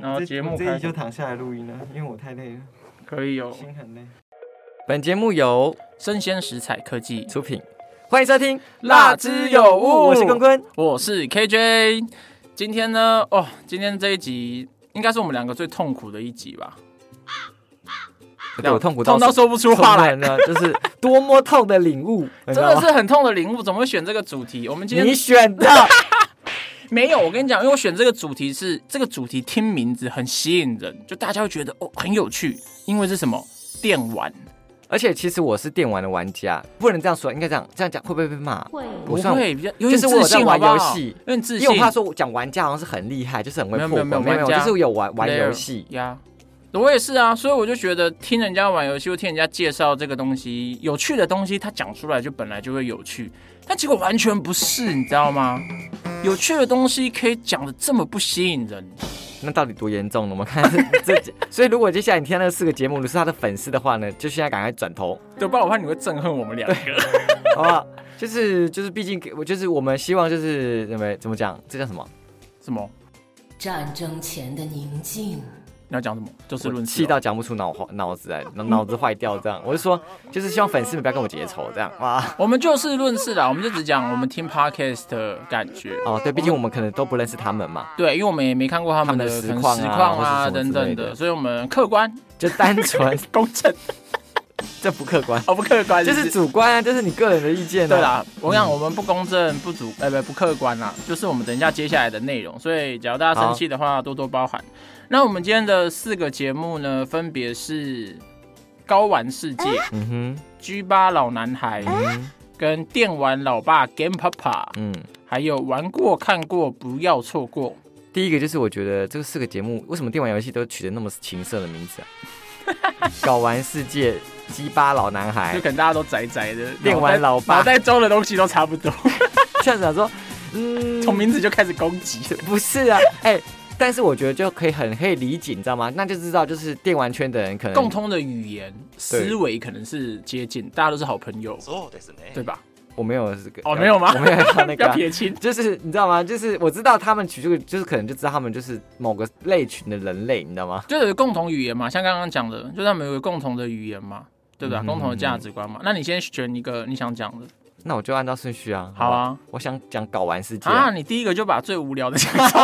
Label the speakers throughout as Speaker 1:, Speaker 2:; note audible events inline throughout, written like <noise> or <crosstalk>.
Speaker 1: 然后节目
Speaker 2: 我这我这
Speaker 1: 开
Speaker 2: 一
Speaker 1: 始
Speaker 2: 就躺下来录音了，因为我太累了，
Speaker 1: 可以
Speaker 3: 哦
Speaker 1: 有
Speaker 2: 心很累。
Speaker 3: 本节目由
Speaker 1: 生鲜食材科技，
Speaker 3: 出品，欢迎收听《
Speaker 1: 辣之有物
Speaker 3: 我是坤坤。
Speaker 1: 我是 KJ。今天呢，哦，今天这一集应该是我们两个最痛苦的一集吧，
Speaker 3: 对我痛苦
Speaker 1: 痛到说不出
Speaker 3: 出
Speaker 1: 话来，
Speaker 3: 来呢， <laughs> 就是多么痛的领 <laughs> 悟，你知
Speaker 1: 真
Speaker 3: 道
Speaker 1: 的
Speaker 3: 吗
Speaker 1: 是很痛的领悟。怎么会选这个主题？我们今天
Speaker 3: 你选的。
Speaker 1: 没有，我跟你讲，因为我选这个主题是这个主题听名字很吸引人，就大家会觉得哦很有趣，因为是什么电玩，
Speaker 3: <laughs> 而且其实我是电玩的玩家，不能这样说，应该这样这样讲会不会被骂？
Speaker 4: 会
Speaker 3: 不
Speaker 1: 不
Speaker 3: 算
Speaker 1: 会比较有
Speaker 3: 就
Speaker 1: 点
Speaker 3: 是我
Speaker 1: 自
Speaker 3: 在
Speaker 1: 信
Speaker 3: 玩
Speaker 1: 好不好
Speaker 3: 游戏
Speaker 1: 有点自
Speaker 3: 因为我
Speaker 1: 信。
Speaker 3: 怕说我讲玩家好像是很厉害，就是很会
Speaker 1: 没有
Speaker 3: 破
Speaker 1: 没有
Speaker 3: 关，
Speaker 1: 没有
Speaker 3: 没有，
Speaker 1: 玩家
Speaker 3: 就是有玩玩
Speaker 1: Player
Speaker 3: 游戏。
Speaker 1: 呀。我也是啊，所以我就觉得听人家玩游戏，或听人家介绍这个东西有趣的东西，他讲出来就本来就会有趣，但结果完全不是，你知道
Speaker 3: <laughs>
Speaker 1: 吗？有趣的东西可以讲的这么不吸引人，
Speaker 3: 那到底多严重呢？我们看这， <laughs> 所以如果接下来你听到那四个节目，你是他的粉丝的话呢，就现在赶快转头，
Speaker 1: 对，不然我怕你会憎恨我们两个。
Speaker 3: <laughs> 好不好？就是就是，毕竟给我就是我们希望就是怎么怎么讲，这叫什么？
Speaker 1: 什么？
Speaker 4: 战争前的宁静，
Speaker 1: 你要讲什么？就事
Speaker 3: 我
Speaker 1: 论事哦、
Speaker 3: 气到讲不出脑花脑子来，脑脑子坏掉这样。我就说，就是希望粉丝们不要跟我结仇这样哇。
Speaker 1: 我们就事论事啦，我们就只讲我们听 podcast 的感觉。
Speaker 3: 哦，对，毕竟我们可能都不认识他们嘛，
Speaker 1: 对，因为我们也没看过他们的
Speaker 3: 他们
Speaker 1: 可
Speaker 3: 的
Speaker 1: 能
Speaker 3: 实况啊
Speaker 1: 实况
Speaker 3: 或
Speaker 1: 啊
Speaker 3: 是什么
Speaker 1: 等
Speaker 3: 之类
Speaker 1: 等
Speaker 3: 的
Speaker 1: 的，所以我们客观、
Speaker 3: 就单
Speaker 1: <laughs>
Speaker 3: 纯
Speaker 1: 公正，
Speaker 3: 这不客
Speaker 1: <laughs>
Speaker 3: 观，
Speaker 1: 哦不客观，
Speaker 3: 就
Speaker 1: 不
Speaker 3: 是主观啊，就是你个人的意见、啊。
Speaker 1: 对，啦，我跟你讲，我们不公正、不主，呃，不不客观啦，就是我们等一下接下来的内容。所以，假如大家生气的话，多多包涵。那我们今天的四个节目呢，分别是高玩世界、
Speaker 3: 嗯哼，
Speaker 1: G 八老男孩、
Speaker 3: 嗯
Speaker 1: 跟电玩老爸 Game Papa，
Speaker 3: 嗯。
Speaker 1: 还有玩过看过不要错过。
Speaker 3: 第一个就是我觉得这四个节目为什么电玩游戏都取得那么情色的名字啊？
Speaker 1: <laughs>
Speaker 3: 搞完世界，鸡巴老男
Speaker 1: 就
Speaker 3: 孩，
Speaker 1: 可能大家都宅宅的，
Speaker 3: 哎电玩老爸
Speaker 1: 脑袋装的东西都差不
Speaker 3: <laughs>
Speaker 1: 多，
Speaker 3: 校长说，嗯，
Speaker 1: 从名字就开始攻击了。
Speaker 3: <laughs> 不
Speaker 1: <laughs>
Speaker 3: 是啊，哎、但是我觉得就可以很可以理解，你知道吗？那就知道就是电玩圈的人可能
Speaker 1: 共通的语言思维可能是接近，大家都是好朋友，
Speaker 5: そうですね
Speaker 1: 对。吧？
Speaker 3: 我没有这个
Speaker 1: 哦没有吗
Speaker 3: <laughs> 我没有要
Speaker 1: <laughs>
Speaker 3: 那
Speaker 1: 不
Speaker 3: 个
Speaker 1: 要
Speaker 3: 啊、
Speaker 1: 撇清。
Speaker 3: 就是你知道吗？就是我知道他们取这个，就是可能就知道他们就是某个类群的人类，你知道吗？
Speaker 1: 就有共同语言嘛，像刚刚讲的，就是他们有共同的语言嘛，对不对？
Speaker 3: 嗯
Speaker 1: 共同的价值观嘛。那你先选一个你想讲的，
Speaker 3: 那我就按照顺序啊。
Speaker 1: 好
Speaker 3: 吧，
Speaker 1: 啊。
Speaker 3: 我想讲搞完世界
Speaker 1: 啊，你第一个就把最无聊的讲走，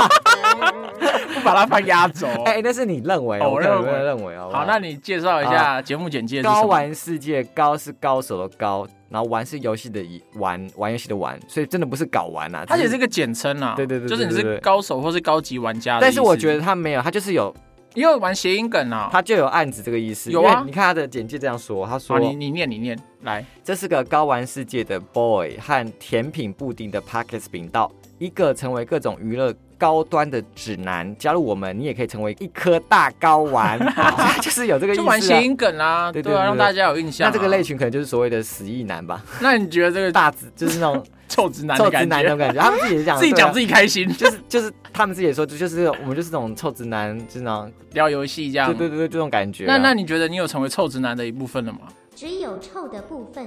Speaker 1: 不 <laughs> 把它放压轴。
Speaker 3: <laughs> 哎、那是你认为，
Speaker 1: 哦
Speaker 3: 我
Speaker 1: 我
Speaker 3: 个人
Speaker 1: 认为
Speaker 3: 认为好不
Speaker 1: 好，那你介绍一下节目简介是什么
Speaker 3: 高玩世界，高是高手的高，然后玩是游戏的一玩，玩游戏的玩，所以真的不是搞玩啊。
Speaker 1: 它也
Speaker 3: 只
Speaker 1: 是一个简称啊。
Speaker 3: 对对对
Speaker 1: 就
Speaker 3: 对
Speaker 1: 是你
Speaker 3: 对对
Speaker 1: 是
Speaker 3: 对
Speaker 1: 高手或是高级玩家的意思。
Speaker 3: 但是我觉得他没有，他就是有，
Speaker 1: 也有玩谐音梗啊。
Speaker 3: 他就有案子这个意思。
Speaker 1: 有啊
Speaker 3: 因为你看他的简介这样说，他说
Speaker 1: 好，你你念你念来，
Speaker 3: 这是个高玩世界的 boy 和甜品布丁的 Pockets 频道，一个成为各种娱乐高端的指南。加入我们，你也可以成为一颗大高
Speaker 1: <laughs>
Speaker 3: 丸， <laughs> 就是有这个意
Speaker 1: 就玩
Speaker 3: 思、
Speaker 1: 谐
Speaker 3: 啊。
Speaker 1: 音梗啊，
Speaker 3: 对
Speaker 1: 对
Speaker 3: 对对
Speaker 1: 啊，
Speaker 3: 对
Speaker 1: 让大家有印象
Speaker 3: 那
Speaker 1: 啊。
Speaker 3: 这个类群可能就是所谓的死意男吧，
Speaker 1: 那你觉得这个
Speaker 3: 大直就是那种
Speaker 1: 臭直 <laughs> 男
Speaker 3: 臭
Speaker 1: 的
Speaker 3: 直
Speaker 1: 感
Speaker 3: 男那
Speaker 1: 觉
Speaker 3: 种，感觉。他们自己也
Speaker 1: <laughs>
Speaker 3: 讲，
Speaker 1: 自己
Speaker 3: 对啊
Speaker 1: 讲自己开心，
Speaker 3: 就是就是他们自己也说，就就是我们就是这种臭直男，就是那
Speaker 1: <laughs>
Speaker 3: 种
Speaker 1: 聊游戏这样。
Speaker 3: 对对对对这种感觉啊、
Speaker 1: 那那你觉得你有成为臭直男的一部分了吗？
Speaker 4: 只有臭的部分。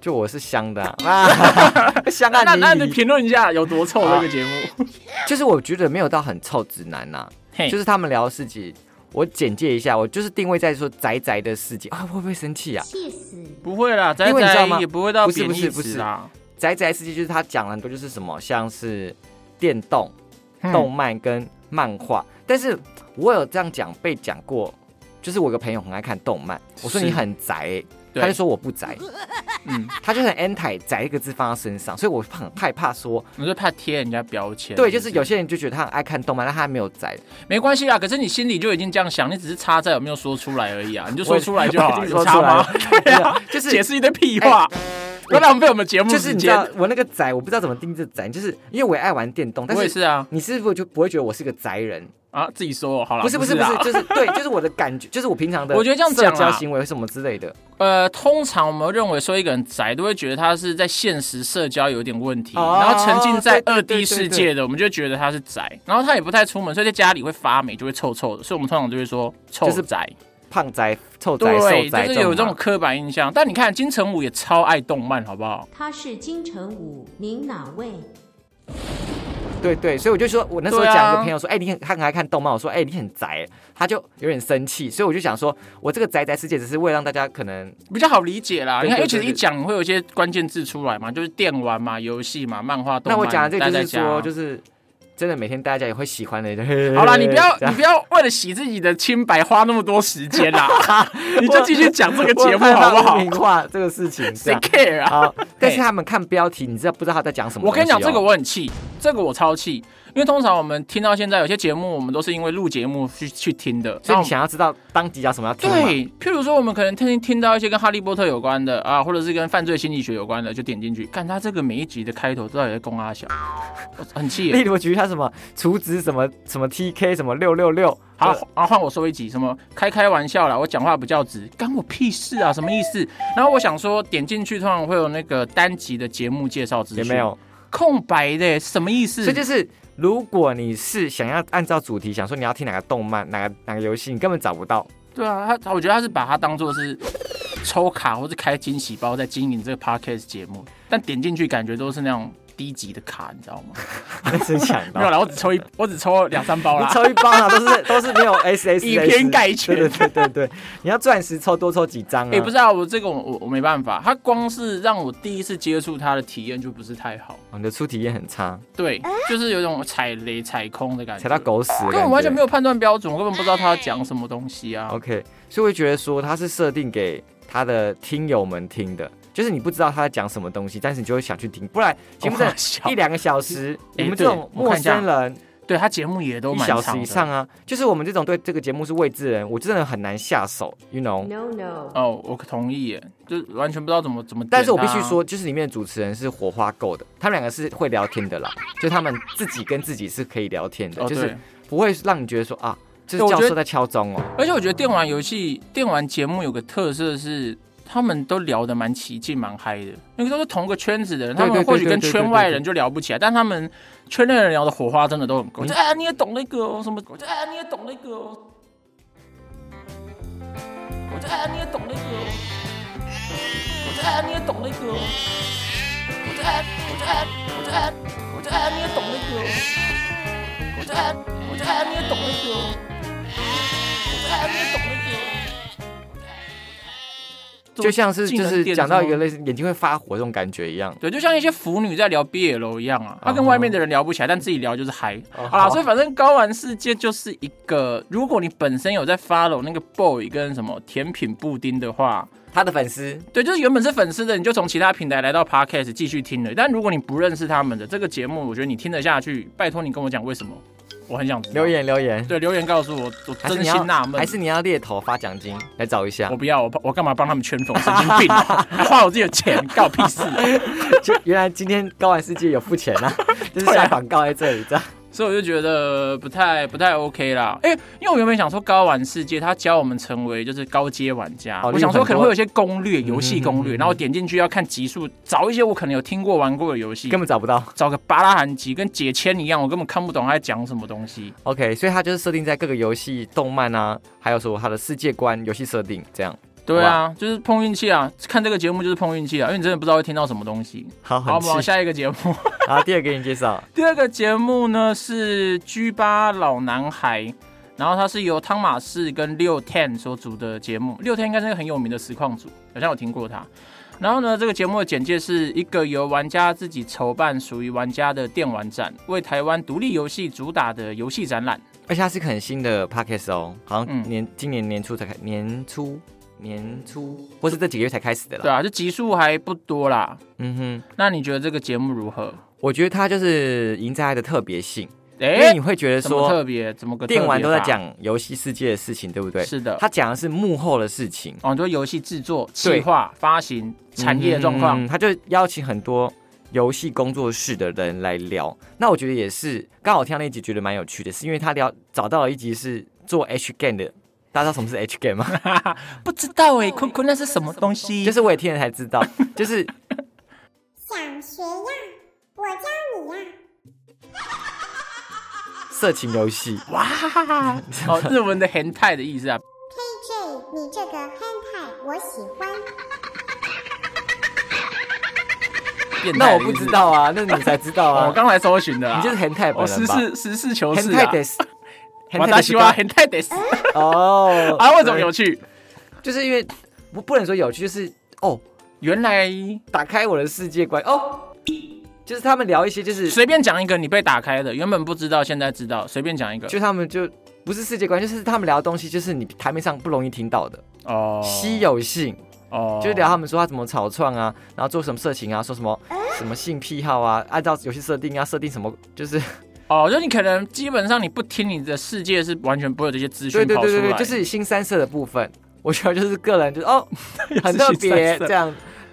Speaker 3: 就我是香的啊，
Speaker 1: <laughs>
Speaker 3: 啊 <laughs> 香
Speaker 1: 那
Speaker 3: 啊
Speaker 1: 那
Speaker 3: 你啊
Speaker 1: 那你评论一下有多臭这个节目？
Speaker 3: 就是我觉得没有到很臭直男呐、
Speaker 1: 嘿
Speaker 3: 就是他们聊自己。我简介一下，我就是定位在说宅宅的世界啊，会不会生气啊？
Speaker 4: 气死！
Speaker 1: 不会啦，仔
Speaker 3: 因为你知道
Speaker 1: 仔
Speaker 3: 吗
Speaker 1: 也不会到
Speaker 3: 不是
Speaker 1: 贬义
Speaker 3: 不是
Speaker 1: 词啦。
Speaker 3: 宅宅世界就是他讲了很多，就是什么像是电动、
Speaker 1: 嗯
Speaker 3: 动漫跟漫画，但是我有这样讲被讲过，就是我有个朋友很爱看动漫，我说
Speaker 1: 是
Speaker 3: 你很宅欸、
Speaker 1: 对
Speaker 3: 他就说我不宅，
Speaker 1: 嗯，
Speaker 3: 他就很 anti 宅一个字放在身上，所以我很害怕说，
Speaker 1: 你是怕贴人家标签？
Speaker 3: 对，就是有
Speaker 1: 不
Speaker 3: 些人就觉得他很爱看动漫，但他没有
Speaker 1: <laughs>
Speaker 3: 宅，
Speaker 1: 没关系啊，可是你心里就已经这样想，你只是差在有没有说出来而已啊，你就
Speaker 3: 我
Speaker 1: 说出来就好了，
Speaker 3: 我已经说
Speaker 1: 有
Speaker 3: 出
Speaker 1: 差
Speaker 3: 来
Speaker 1: 吗
Speaker 3: 了？
Speaker 1: <laughs> 对啊，
Speaker 3: 就是哎
Speaker 1: 解释一堆屁话，不要浪费我们节目
Speaker 3: 就是
Speaker 1: 时
Speaker 3: 你知道
Speaker 1: 间。
Speaker 3: 我那个宅，我不知道怎么定义这宅，就是因为我也爱玩电动，但
Speaker 1: 我也
Speaker 3: 是
Speaker 1: 是啊，
Speaker 3: 你是不是就不会觉得我是个宅人？
Speaker 1: 啊，自己说哦好了，
Speaker 3: 不是不是不
Speaker 1: 啊
Speaker 3: 是，就是对，就是我的感觉，就是我平常的，
Speaker 1: <laughs> 我觉得这样
Speaker 3: 社
Speaker 1: 讲啊
Speaker 3: 交行为什么之类的，
Speaker 1: 呃，通常我们认为说一个人宅，都会觉得他是在现实社交有点问题，
Speaker 3: 哦
Speaker 1: 然后沉浸在
Speaker 3: 对对
Speaker 1: 二
Speaker 3: 对
Speaker 1: D 世界的，我们就觉得他是宅，然后他也不太出门，所以在家里会发霉，就会臭臭的，所以我们通常就会说臭
Speaker 3: 就是
Speaker 1: 宅，
Speaker 3: 胖宅、臭宅、瘦
Speaker 1: 对，
Speaker 3: 宅
Speaker 1: 就是有这种
Speaker 3: 种嘛。
Speaker 1: 刻板印象。但你看金城武也超爱动漫，好不好？
Speaker 4: 他是金城武，您哪位？
Speaker 3: 啊对对，所以我就说，我那时候
Speaker 1: 对啊
Speaker 3: 讲一个朋友说，哎、你很他很爱看动漫，我说，哎、你很宅，他就有点生气，所以我就想说，我这个宅宅世界只是为了让大家可能
Speaker 1: 比较好理解啦。
Speaker 3: 对
Speaker 1: 你看，
Speaker 3: 对
Speaker 1: 尤其是
Speaker 3: 对
Speaker 1: 一
Speaker 3: 对
Speaker 1: 讲会有一些关键字出来嘛，就是电玩嘛、游戏嘛、漫画、动
Speaker 3: 那
Speaker 1: 漫。
Speaker 3: 我讲的这个
Speaker 1: 待
Speaker 3: 就
Speaker 1: 在
Speaker 3: 是
Speaker 1: 家啊
Speaker 3: 说，就是真的每天待在家也会喜欢的。
Speaker 1: 好啦，你不要
Speaker 3: <laughs> 这
Speaker 1: 你
Speaker 3: 样
Speaker 1: 不要为了洗自己的清白花那么多时间 <laughs> 啦，你就继续讲这个节目
Speaker 3: 我很
Speaker 1: 好
Speaker 3: 害
Speaker 1: 不
Speaker 3: 怕
Speaker 1: 好
Speaker 3: 污？名化这个事情，这
Speaker 1: 谁
Speaker 3: 样
Speaker 1: care <laughs> 啊？
Speaker 3: 好。 <laughs> 但是他们看标题，你知道不知道他在讲什么
Speaker 1: 我
Speaker 3: 东西哦？
Speaker 1: 跟你讲，这个我很气，这个我超气，因为通常我们听到现在有些节目，我们都是因为录节目去去听的，
Speaker 3: 所以
Speaker 1: 然
Speaker 3: 你
Speaker 1: 后
Speaker 3: 想要知道当集讲什么要听吗？
Speaker 1: 哦对，譬如说我们可能听听到一些跟哈利波特有关的啊，或者是跟犯罪心理学有关的，就点进去看他这个每一集的开头到底在攻阿小，我很气
Speaker 3: 例
Speaker 1: 耶。
Speaker 3: 如举他什么厨子什么什么 TK 什么六六六，
Speaker 1: 好，然后换我说一集什么开开玩笑啦，我讲话不较直，干我屁事啊，什么意思？然后我想说点进去通常会有那个单集的节目介绍资
Speaker 3: 也
Speaker 1: 讯，
Speaker 3: 没有。
Speaker 1: 空白的耶，什么意思？
Speaker 3: 所以就是，如果你是想要按照主题想说你要听哪个动漫、哪个哪个游戏，你根本找不到。
Speaker 1: 对啊，他他我觉得他是把它当做是抽卡或是开惊喜包在经营这个 podcast 节目，但点进去感觉都是那种低级的卡，你知道吗？
Speaker 3: 那是想
Speaker 1: <laughs>
Speaker 3: <laughs>
Speaker 1: 没有
Speaker 3: 到，
Speaker 1: 啦，我只抽一，我只抽两三包
Speaker 3: 你
Speaker 1: 啦。
Speaker 3: 抽一包啊，都是都是
Speaker 1: <laughs>
Speaker 3: 没有 S S，
Speaker 1: 以偏概全
Speaker 3: 对对对对对，你要钻石抽多抽几张啊？
Speaker 1: 也、不是啊，我这个我我我没办法，他光是让我第一次接触他的体验就不是太好，
Speaker 3: 哦，你的初体验很差，
Speaker 1: 对，就是有一种踩雷踩空的感觉，
Speaker 3: 踩到，狗屎的感觉，
Speaker 1: 根哎本完全没有判断标准，我根本不知道他要讲什么东西啊。
Speaker 3: OK，所以我会觉得说它是设定给他的听友们听的，就是你不知道他在讲什么东西，但是你就会想去听，不然节
Speaker 1: 哦
Speaker 3: 目真的
Speaker 1: 小
Speaker 3: 一两个小时，
Speaker 1: 哎
Speaker 3: 你们这种
Speaker 1: 对我
Speaker 3: 陌
Speaker 1: 看一下
Speaker 3: 生人
Speaker 1: 对他节目也都
Speaker 3: 一
Speaker 1: 蛮
Speaker 3: 小
Speaker 1: 长
Speaker 3: 时
Speaker 1: 的
Speaker 3: 以上啊，就是我们这种对这个节目是未知人，我真的很难下手，you know。
Speaker 4: No no，
Speaker 1: 哦，我同意耶，就完全不知道怎么怎么点啊、
Speaker 3: 但是我必须说，就是里面的主持人是火花够的，他们两个是会聊天的啦，就他们自己跟自己是可以聊天的，
Speaker 1: 哦，
Speaker 3: 就
Speaker 1: 对。
Speaker 3: 是不会让你觉得说啊，这
Speaker 1: 对我
Speaker 3: 是
Speaker 1: 觉
Speaker 3: 教
Speaker 1: 得
Speaker 3: 授在敲钟哦。
Speaker 1: 而且我觉得电玩游戏、电玩节目有个特色是，他们都聊得蛮起劲、蛮嗨的。那个都是同个圈子的人，
Speaker 3: 对
Speaker 1: 他
Speaker 3: 对
Speaker 1: 们或许
Speaker 3: 对对
Speaker 1: 跟
Speaker 3: 对
Speaker 1: 圈
Speaker 3: 对
Speaker 1: 外
Speaker 3: 对
Speaker 1: 人就聊不起来，但他们圈内人聊的火花真的都很够。
Speaker 3: 嗯
Speaker 1: 就哎，你也懂那个哦，什么？我就哎，你也懂那个哦。我就哎，你也懂那个哦。我就哎，你也懂那个哦。我就哎，我就哎，我就哎，我就哎，你也懂那个哦。我就哎，我就哎，你也懂那个哦。
Speaker 3: <laughs> 就像是就是讲到一个
Speaker 1: 类，
Speaker 3: 类似眼睛会发火这种感觉一样。
Speaker 1: 对，就像一些腐女在聊 BL 一样啊，她跟
Speaker 3: 哦
Speaker 1: 外面的人聊不起来，但自己聊就是嗨。
Speaker 3: 哦
Speaker 1: 好啦，所以反正高玩世界就是一个，如果你本身有在 follow 那个 boy 跟什么甜品布丁的话，
Speaker 3: 他的粉丝
Speaker 1: 对，就是原本是粉丝的，你就从其他平台来到 podcast 继续听了。但如果你不认识他们的这个节目，我觉得你听得下去，拜托你跟我讲为什么，我很想知道
Speaker 3: 留。言留言，
Speaker 1: 对，留言告诉我，我
Speaker 3: 还是
Speaker 1: 真
Speaker 3: 你要
Speaker 1: 心纳闷，
Speaker 3: 还是你要猎头发奖金来找一下
Speaker 1: 我？不要，我怕我干嘛帮他们圈粉？神经病、
Speaker 3: <laughs>
Speaker 1: 啊，还花我自己的钱，干我屁事、
Speaker 3: 就 <laughs> 原来今天高玩世界有付钱
Speaker 1: <laughs>
Speaker 3: 啊，就是下广告在这里这样。
Speaker 1: 所以我就觉得不太不太 OK 啦。哎、因为我原本想说高玩世界，他教我们成为就是高阶玩家，
Speaker 3: 哦
Speaker 1: 我想
Speaker 3: 例如很
Speaker 1: 说
Speaker 3: 多
Speaker 1: 可能会有一些攻略，游戏攻略，
Speaker 3: 嗯嗯嗯
Speaker 1: 然后我点进去要看集数，找一些我可能有听过玩过的游戏，
Speaker 3: 根本找不到。
Speaker 1: 找个巴拉韩集跟解签一样，我根本看不懂他在讲什么东西。
Speaker 3: OK，所以它就是设定在各个游戏、动漫啊，还有说它的世界观、游戏设定这样。
Speaker 1: 对啊，就是碰运气啊，看这个节目就是碰运气啊，因为你真的不知道会听到什么东西。
Speaker 3: 好，
Speaker 1: 好，我
Speaker 3: 很
Speaker 1: 们往
Speaker 3: 气。
Speaker 1: 下一个节目。 <laughs>
Speaker 3: 好，第二个给你介绍，
Speaker 1: 第二个节目呢是 G 八老男孩，然后它是由汤马士跟六 Ten 所组的节目。六 Ten 应该是一个很有名的实况组，好像有听过他。然后呢，这个节目的简介是一个由玩家自己筹办、属于玩家的电玩展，为台湾独立游戏主打的游戏展览。
Speaker 3: 而且它是个很新的 Podcast 哦，好
Speaker 1: 嗯
Speaker 3: 像年今年年初才开，年初年初或是这几个月才开始的
Speaker 1: 对
Speaker 3: 啦。
Speaker 1: 啊，这集数还不多啦。
Speaker 3: 嗯哼，
Speaker 1: 那你觉得这个节目如何？
Speaker 3: 我觉得它就是赢在它的特别性，因为
Speaker 1: 哎
Speaker 3: 你，会觉得
Speaker 1: 怎么
Speaker 3: 说
Speaker 1: 特别？怎么个特别
Speaker 3: 电玩都在
Speaker 1: 法？
Speaker 3: 讲游戏世界的事情，对不对？
Speaker 1: 是的，
Speaker 3: 他讲的是幕后的事情，
Speaker 1: 哦，你说游戏制作、企
Speaker 3: 对
Speaker 1: 划、发行、产业状况。
Speaker 3: 嗯他就邀请很多游戏工作室的人来聊。那我觉得也是，刚好听到那一集觉得蛮有趣的，是因为他聊找到了一集是做 H game 的。大家知道什么是 H game
Speaker 1: <laughs>
Speaker 3: 吗？
Speaker 1: 不知道哎、坤坤那是什么东西？
Speaker 3: 嗯就是我也听了才知道， <laughs> 就是
Speaker 5: 想学呀，我教你呀。
Speaker 3: 色情游戏。
Speaker 1: 哇哦，日文的 hentai 的意思啊。
Speaker 5: KJ，你这个憨态我喜欢。
Speaker 1: 变态
Speaker 3: 那
Speaker 1: 的
Speaker 3: 我
Speaker 1: 意思。
Speaker 3: 不知道啊，那你才知道
Speaker 1: 哦，
Speaker 3: 啊
Speaker 1: <laughs> 我。刚才搜寻的啊，
Speaker 3: 你就是変態本人吧
Speaker 1: 我实事实事求是
Speaker 3: 太
Speaker 1: 啊。
Speaker 3: 得死，
Speaker 1: <laughs> 我大希望很太得死 <laughs>
Speaker 3: 哦
Speaker 1: 啊！为什么有趣？
Speaker 3: 就是因为不不能说有趣，就是哦，
Speaker 1: 原来
Speaker 3: 打开我的世界观哦，就是他们聊一些就是
Speaker 1: 随便讲一个你被打开的，原本不知道，现在知道，随便讲一个
Speaker 3: 就他们就不是世界观，就是他们聊的东西，就是你台面上不容易听到的
Speaker 1: 哦，
Speaker 3: 稀有性，
Speaker 1: 哦，
Speaker 3: 就是聊他们说他怎么草创啊，然后做什么事情啊，说什么什么性癖好啊，按照游戏设定啊，设定什么
Speaker 1: <laughs>
Speaker 3: 就是
Speaker 1: 哦，就你可能基本上你不听，你的世界是完全不会有这些资讯
Speaker 3: 对对
Speaker 1: 跑出来，
Speaker 3: 对对对，就是新三色的部分，我觉得就是个人就是
Speaker 1: <laughs>
Speaker 3: 哦很特别这样，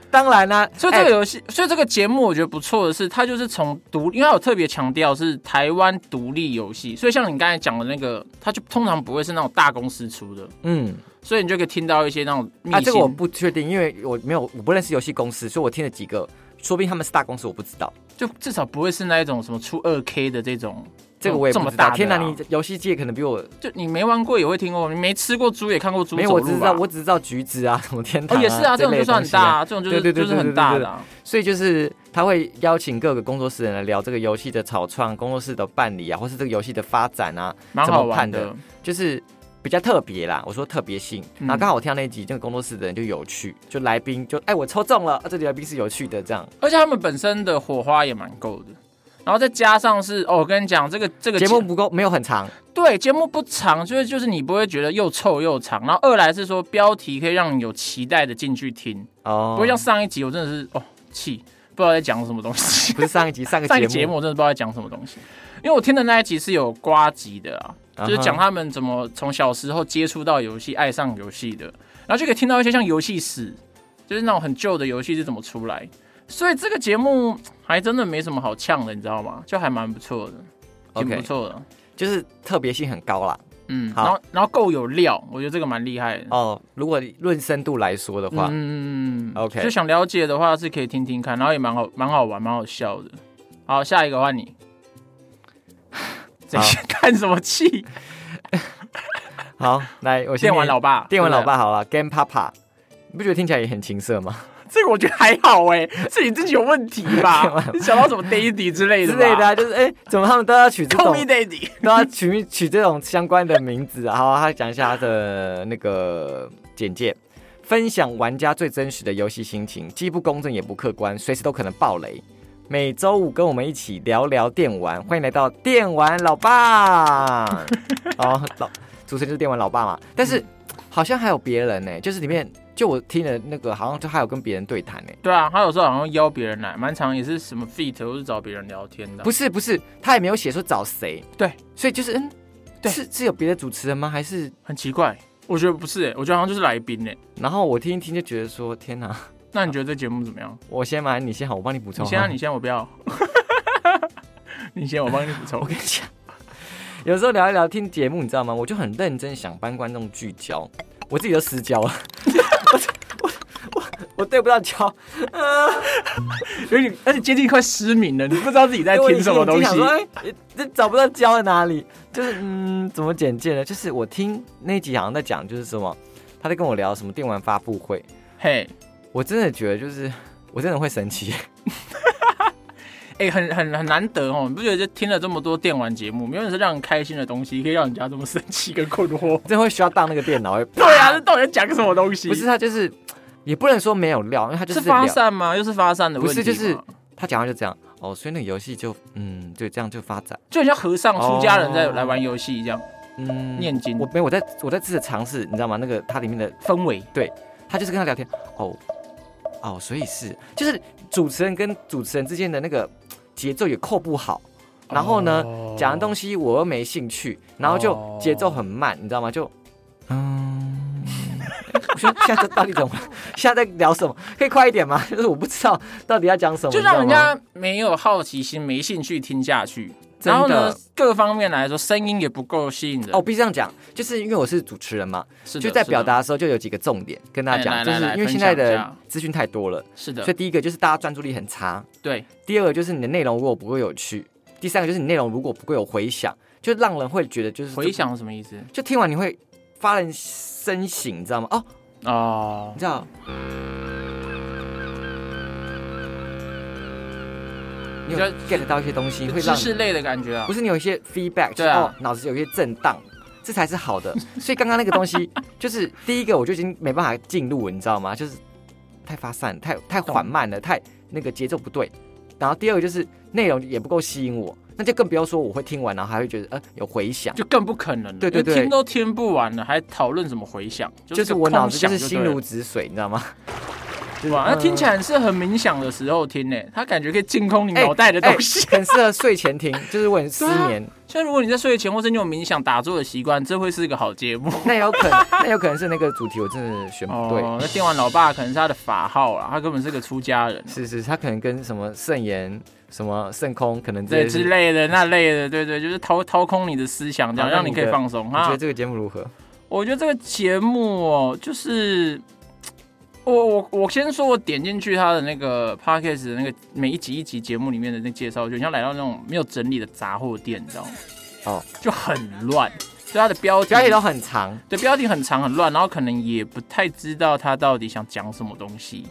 Speaker 3: 当然啦、
Speaker 1: 所以这
Speaker 3: 哎
Speaker 1: 个游戏，所以这个节目我觉得不错的是，它就是从独，因为它有特别强调是台湾独立游戏，所以像你刚才讲的那个，它就通常不会是那种大公司出的，
Speaker 3: 嗯。
Speaker 1: 所以你就可以听到一些那种秘辛。
Speaker 3: 啊，这个我不确定，因为我没有，我不认识游戏公司，所以我听了几个，说不定他们是大公司，我不知道。
Speaker 1: 就至少不会是那一种什么出二 K 的这种，
Speaker 3: 这个我也
Speaker 1: 这
Speaker 3: 不
Speaker 1: 么
Speaker 3: 知道。
Speaker 1: 大的啊
Speaker 3: 天哪，你游戏界可能比我
Speaker 1: 就你没玩过也会听过，你没吃过猪也看过猪
Speaker 3: 没有，
Speaker 1: 走
Speaker 3: 我
Speaker 1: 路
Speaker 3: 只知道
Speaker 1: 吧
Speaker 3: 我只知道橘子啊， <laughs> 什么天堂、
Speaker 1: 哦
Speaker 3: 啊
Speaker 1: 也是啊，这种
Speaker 3: 类
Speaker 1: 就算
Speaker 3: 的东
Speaker 1: 很
Speaker 3: 西
Speaker 1: 大
Speaker 3: 啊。
Speaker 1: 啊，这种就是
Speaker 3: 对对对
Speaker 1: 就是很
Speaker 3: 对对
Speaker 1: 大
Speaker 3: 对
Speaker 1: 的啊。
Speaker 3: 所以就是他会邀请各个工作室的人来聊这个游戏的草创、工作室的办理啊，或是这个游戏的发展啊，
Speaker 1: 蛮好玩
Speaker 3: 怎么
Speaker 1: 的
Speaker 3: 判。就是比较特别啦。我说特别性，
Speaker 1: 嗯
Speaker 3: 然后刚好我听到那一集，这个工作室的人就有趣，就来宾就哎我抽中了，啊这里来宾是有趣的这样。
Speaker 1: 而且他们本身的火花也蛮够的，然后再加上是哦，我跟你讲，这个这个
Speaker 3: 节目不够，没有很长，
Speaker 1: 对节目不长，所以就是你不会觉得又臭又长。然后二来是说标题可以让你有期待的进去听，
Speaker 3: 哦
Speaker 1: 不会像上一集我真的是哦气，不知道在讲什么东西。
Speaker 3: 不是上一集，上个
Speaker 1: 上一个节目我真的不知道在讲什么东西，因为我听的那一集是有瓜集的啊，
Speaker 3: 啊哈
Speaker 1: 就是讲他们怎么从小时候接触到游戏、爱上游戏的，然后就可以听到一些像游戏史，就是那种很旧的游戏是怎么出来。所以这个节目还真的没什么好呛的，你知道吗？就还蛮不错的，挺
Speaker 3: OK
Speaker 1: 不错的。
Speaker 3: 就是特别性很高啦。
Speaker 1: 嗯，
Speaker 3: 好
Speaker 1: 然后然后够有料，我觉得这个蛮厉害的。
Speaker 3: 哦，如果论深度来说的话，
Speaker 1: 嗯嗯嗯嗯
Speaker 3: OK
Speaker 1: 就想了解的话是可以听听看，然后也蛮好，蛮好玩，蛮好笑的。好，下一个换你。这
Speaker 3: 好
Speaker 1: 看什么
Speaker 3: <laughs>
Speaker 1: 气？
Speaker 3: 好，来我先
Speaker 1: 电玩
Speaker 3: 念
Speaker 1: 老爸，
Speaker 3: 电玩老
Speaker 1: 对
Speaker 3: 爸好了，Game Papa，你不觉得听起来也很情色
Speaker 1: <laughs>
Speaker 3: 吗？
Speaker 1: 不对，这个我觉得还好哎，是你自己有问题
Speaker 3: <laughs>
Speaker 1: 吧？你想到什么 daddy 之类
Speaker 3: 之
Speaker 1: 的吧
Speaker 3: 类的、啊，就是哎、怎么他们都要取
Speaker 1: <laughs>
Speaker 3: 这
Speaker 1: ，call
Speaker 3: 种
Speaker 1: me daddy。
Speaker 3: 都要取取这种相关的名字啊？好，他讲一下他的那个简介。分享玩家最真实的游戏心情，既不公正也不客观，随时都可能爆雷。每周五跟我们一起聊聊电玩，欢迎来到电玩
Speaker 1: <laughs>
Speaker 3: 老爸。哦，老主持人就是电玩老爸嘛，但是、 <laughs> 好像还有别人呢、就是里面就我听的那个，好像就还有跟别人对谈呢、
Speaker 1: 对啊，他有时候好像邀别人来，蛮常也是什么 feat 或是找别人聊天的。啊
Speaker 3: 不
Speaker 1: 是，
Speaker 3: 是不是，他也没有写说找谁，
Speaker 1: 对，
Speaker 3: 所以就是嗯，
Speaker 1: 对
Speaker 3: 是是有别的主持人吗？还是
Speaker 1: 很奇怪，我觉得不是哎，我觉得好像就是来宾哎。
Speaker 3: 然后我听一听就觉得说，天哪！ <laughs>
Speaker 1: 那你觉得这节目怎么样？
Speaker 3: 我先买，你先好，我帮你补充
Speaker 1: 你
Speaker 3: 好了。
Speaker 1: 先啊，你先，我不要。 <laughs> 你先，我帮你补充
Speaker 3: <laughs> 我。跟你讲，有时候聊一聊听节目，你知道吗？我就很认真想帮观众聚焦，我自己都失焦了， <laughs> 我我我我对不到焦，
Speaker 1: 有点，而且接近快失明了，你不知道自己在
Speaker 3: 因为
Speaker 1: 听什么东
Speaker 3: 哎我已
Speaker 1: 西
Speaker 3: 经。想说，哎、这找不到焦在哪里？就是嗯，怎么简介呢？就是我听那集好像在讲，就是什么，他在跟我聊什么电玩发布会，
Speaker 1: 嘿，
Speaker 3: 我真的觉得就是我真的会生气。 <laughs>
Speaker 1: 哎、很很很难得哦，你不觉得就听了这么多电玩节目，没有人是让人开心的东西，可以让人家这么生气跟困惑
Speaker 3: <laughs> ？真的会需要当那个
Speaker 1: <laughs>
Speaker 3: 电脑，会
Speaker 1: 对啊，这到底在讲什么东西？
Speaker 3: <laughs> 不是他就是，也不能说没有料，因为他就是是
Speaker 1: 发
Speaker 3: 聊
Speaker 1: 散吗？又是发散的问题吗？
Speaker 3: 不是就是他讲话就这样哦，所以那个游戏就嗯，就这样就发展，
Speaker 1: 就很像和尚出家人在
Speaker 3: 哦
Speaker 1: 来玩游戏一样，
Speaker 3: 嗯，
Speaker 1: 念经
Speaker 3: 我没有我在我在试着尝试，你知道吗？那个它里面的
Speaker 1: 氛围
Speaker 3: 他就是跟他聊天哦哦，所以是就是主持人跟主持人之间的那个节奏也扣不好，然后呢
Speaker 1: 哦
Speaker 3: 讲的东西我又没兴趣，然后就
Speaker 1: 哦
Speaker 3: 节奏很慢，你知道吗？就嗯。我说现在到底怎么？ <laughs> 现在在聊什么？可以快一点吗？ <laughs> 就是我不知道到底要讲什么，
Speaker 1: 就
Speaker 3: 你知道
Speaker 1: 让人
Speaker 3: 吗
Speaker 1: 家没有好奇心、没兴趣听下去。
Speaker 3: 真的
Speaker 1: 然后呢，各方面来说，声音也不够吸引人。
Speaker 3: 哦，，必须这样讲，就是因为我是主持人嘛，
Speaker 1: 是的
Speaker 3: 就在
Speaker 1: 是的
Speaker 3: 表达的时候就有几个重点跟大家
Speaker 1: 哎来
Speaker 3: 讲，就
Speaker 1: 来
Speaker 3: 是
Speaker 1: 来
Speaker 3: 因为现在
Speaker 1: 分享一
Speaker 3: 的
Speaker 1: 下
Speaker 3: 资讯太多了，
Speaker 1: 是
Speaker 3: 所以
Speaker 1: 的，
Speaker 3: 第一个就是大家专注力很差，
Speaker 1: 对，
Speaker 3: 第二个就是你的内容如果不够有趣，第三个就是你内容如果不够有回响，就让人会觉得就是
Speaker 1: 回，想是什么意思？
Speaker 3: 就听完你会发人深省，你知道吗？哦，
Speaker 1: 哦
Speaker 3: 你，知道，你
Speaker 1: 比
Speaker 3: 有
Speaker 1: 较
Speaker 3: get 到一些东西，会
Speaker 1: 知
Speaker 3: 让
Speaker 1: 识类的感觉啊
Speaker 3: 不。是你有一些 feedback，就是、
Speaker 1: 对啊
Speaker 3: 哦脑子有一些震荡，这才是好的。所以刚刚那个东西，就是第一个我就已经没办法进入，你知道吗？就是太发散，太太缓慢了，太那个节奏不对。然后第二个就是内容也不够吸引我，那就更不要说我会听完，然后还会觉得呃有回响。
Speaker 1: 就更不可能了，
Speaker 3: 对对
Speaker 1: 因为
Speaker 3: 对
Speaker 1: 听都听不完了，还讨论什么回响？
Speaker 3: 就是
Speaker 1: 个
Speaker 3: 我脑
Speaker 1: 空
Speaker 3: 子就
Speaker 1: 想
Speaker 3: 是
Speaker 1: 对
Speaker 3: 心
Speaker 1: 了
Speaker 3: 如止水，你知道吗？ <laughs> 就是
Speaker 1: 哇，那听起
Speaker 3: 嗯
Speaker 1: 来是很冥想的时候听呢、它感觉可以净空你
Speaker 3: 哎
Speaker 1: 脑袋的东西。
Speaker 3: 哎很适合睡前听，就是我很失
Speaker 1: 啊
Speaker 3: 眠，
Speaker 1: <laughs> 像如果你在睡前或是你有冥想打坐的习惯，这会是一个好节目。
Speaker 3: 那有可能，那有可能是那个主题我真的选不对。
Speaker 1: 哦，那电玩老爸可能是他的法号啊啦，他根本是个出家人，
Speaker 3: 是是，他可能跟什么圣言、什么圣空，可能这
Speaker 1: 对
Speaker 3: 些
Speaker 1: 之。类的那类的，对对，就是掏掏空你的思想，这样
Speaker 3: 啊好那
Speaker 1: 让你
Speaker 3: 你
Speaker 1: 可以
Speaker 3: 的
Speaker 1: 放松
Speaker 3: 你觉
Speaker 1: 哈
Speaker 3: 得。这个节目如何？
Speaker 1: 我觉得这个节目哦，就是我我我先说，我点进去他的那个 podcast 的那个每一集一集节目里面的那介绍，就很像来到那种没有整理的杂货店，你知道吗？
Speaker 3: 哦，
Speaker 1: 就很乱，就它的标题
Speaker 3: 标题都很长，
Speaker 1: 对标题很长很乱，然后可能也不太知道他到底想讲什么东西。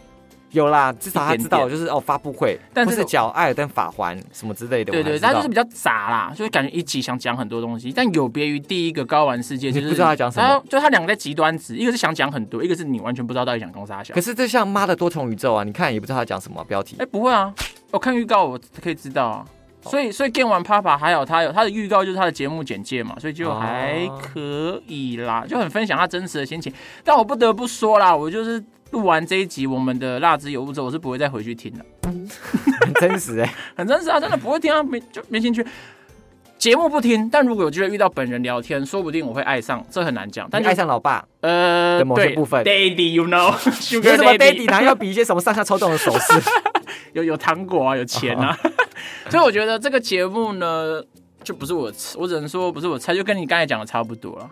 Speaker 3: 有啦，至少
Speaker 1: 一
Speaker 3: 他
Speaker 1: 点
Speaker 3: 知道
Speaker 1: 点
Speaker 3: 就是哦发布会，
Speaker 1: 但
Speaker 3: 或
Speaker 1: 是
Speaker 3: 是讲艾尔登法环什么之类的，
Speaker 1: 对
Speaker 3: 我还
Speaker 1: 对，
Speaker 3: 知道
Speaker 1: 他就是比较杂啦，就是感觉一集想讲很多东西，但有别于第一个高玩世界，就是
Speaker 3: 你不知道他讲什么
Speaker 1: 它就他两个在极端值，一个是想讲很多，一个是你完全不知道到底想讲啥小
Speaker 3: 可。是这像妈的多重宇宙啊，你看也不知道他讲什么标题
Speaker 1: 哎、，不会啊，我看预告我可以知道啊。所以，所以电玩 Papa 还有他有他的预告就是他的节目简介嘛，所以就还
Speaker 3: 哦
Speaker 1: 可以啦，就很分享他真实的心情。但我不得不说啦，我就是录完这一集我们的辣之有物之后，我是不会再回去听的，
Speaker 3: 很真实哎。
Speaker 1: 很真实啊，真的不会听啊，没就没兴趣。节目不听，但如果有机会遇到本人聊天，说不定我会爱上，这很难讲。 <laughs> 但
Speaker 3: 你
Speaker 1: 就
Speaker 3: 爱上老爸，
Speaker 1: 呃
Speaker 3: 的某些部分
Speaker 1: ，Daddy，you know， <laughs>
Speaker 3: <laughs> 有什
Speaker 1: Sugar
Speaker 3: 么 daddy，然后要比一些什么上下抽动的手
Speaker 1: <laughs>
Speaker 3: 势，
Speaker 1: 有有糖果啊，有钱啊。 <laughs> 所以我觉得这个节目呢，就不是我的菜，我只能说不是我的菜，就跟你刚才讲的差不多了。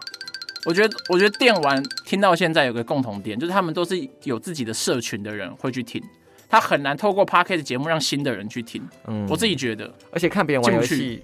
Speaker 1: 我觉得，我觉得电玩听到现在有个共同点，就是他们都是有自己的社群的人会去听，他很难透过 p o c a s t 节目让新的人去听。
Speaker 3: 嗯
Speaker 1: 我自己觉得，
Speaker 3: 而且看别人玩游
Speaker 1: 进
Speaker 3: 戏，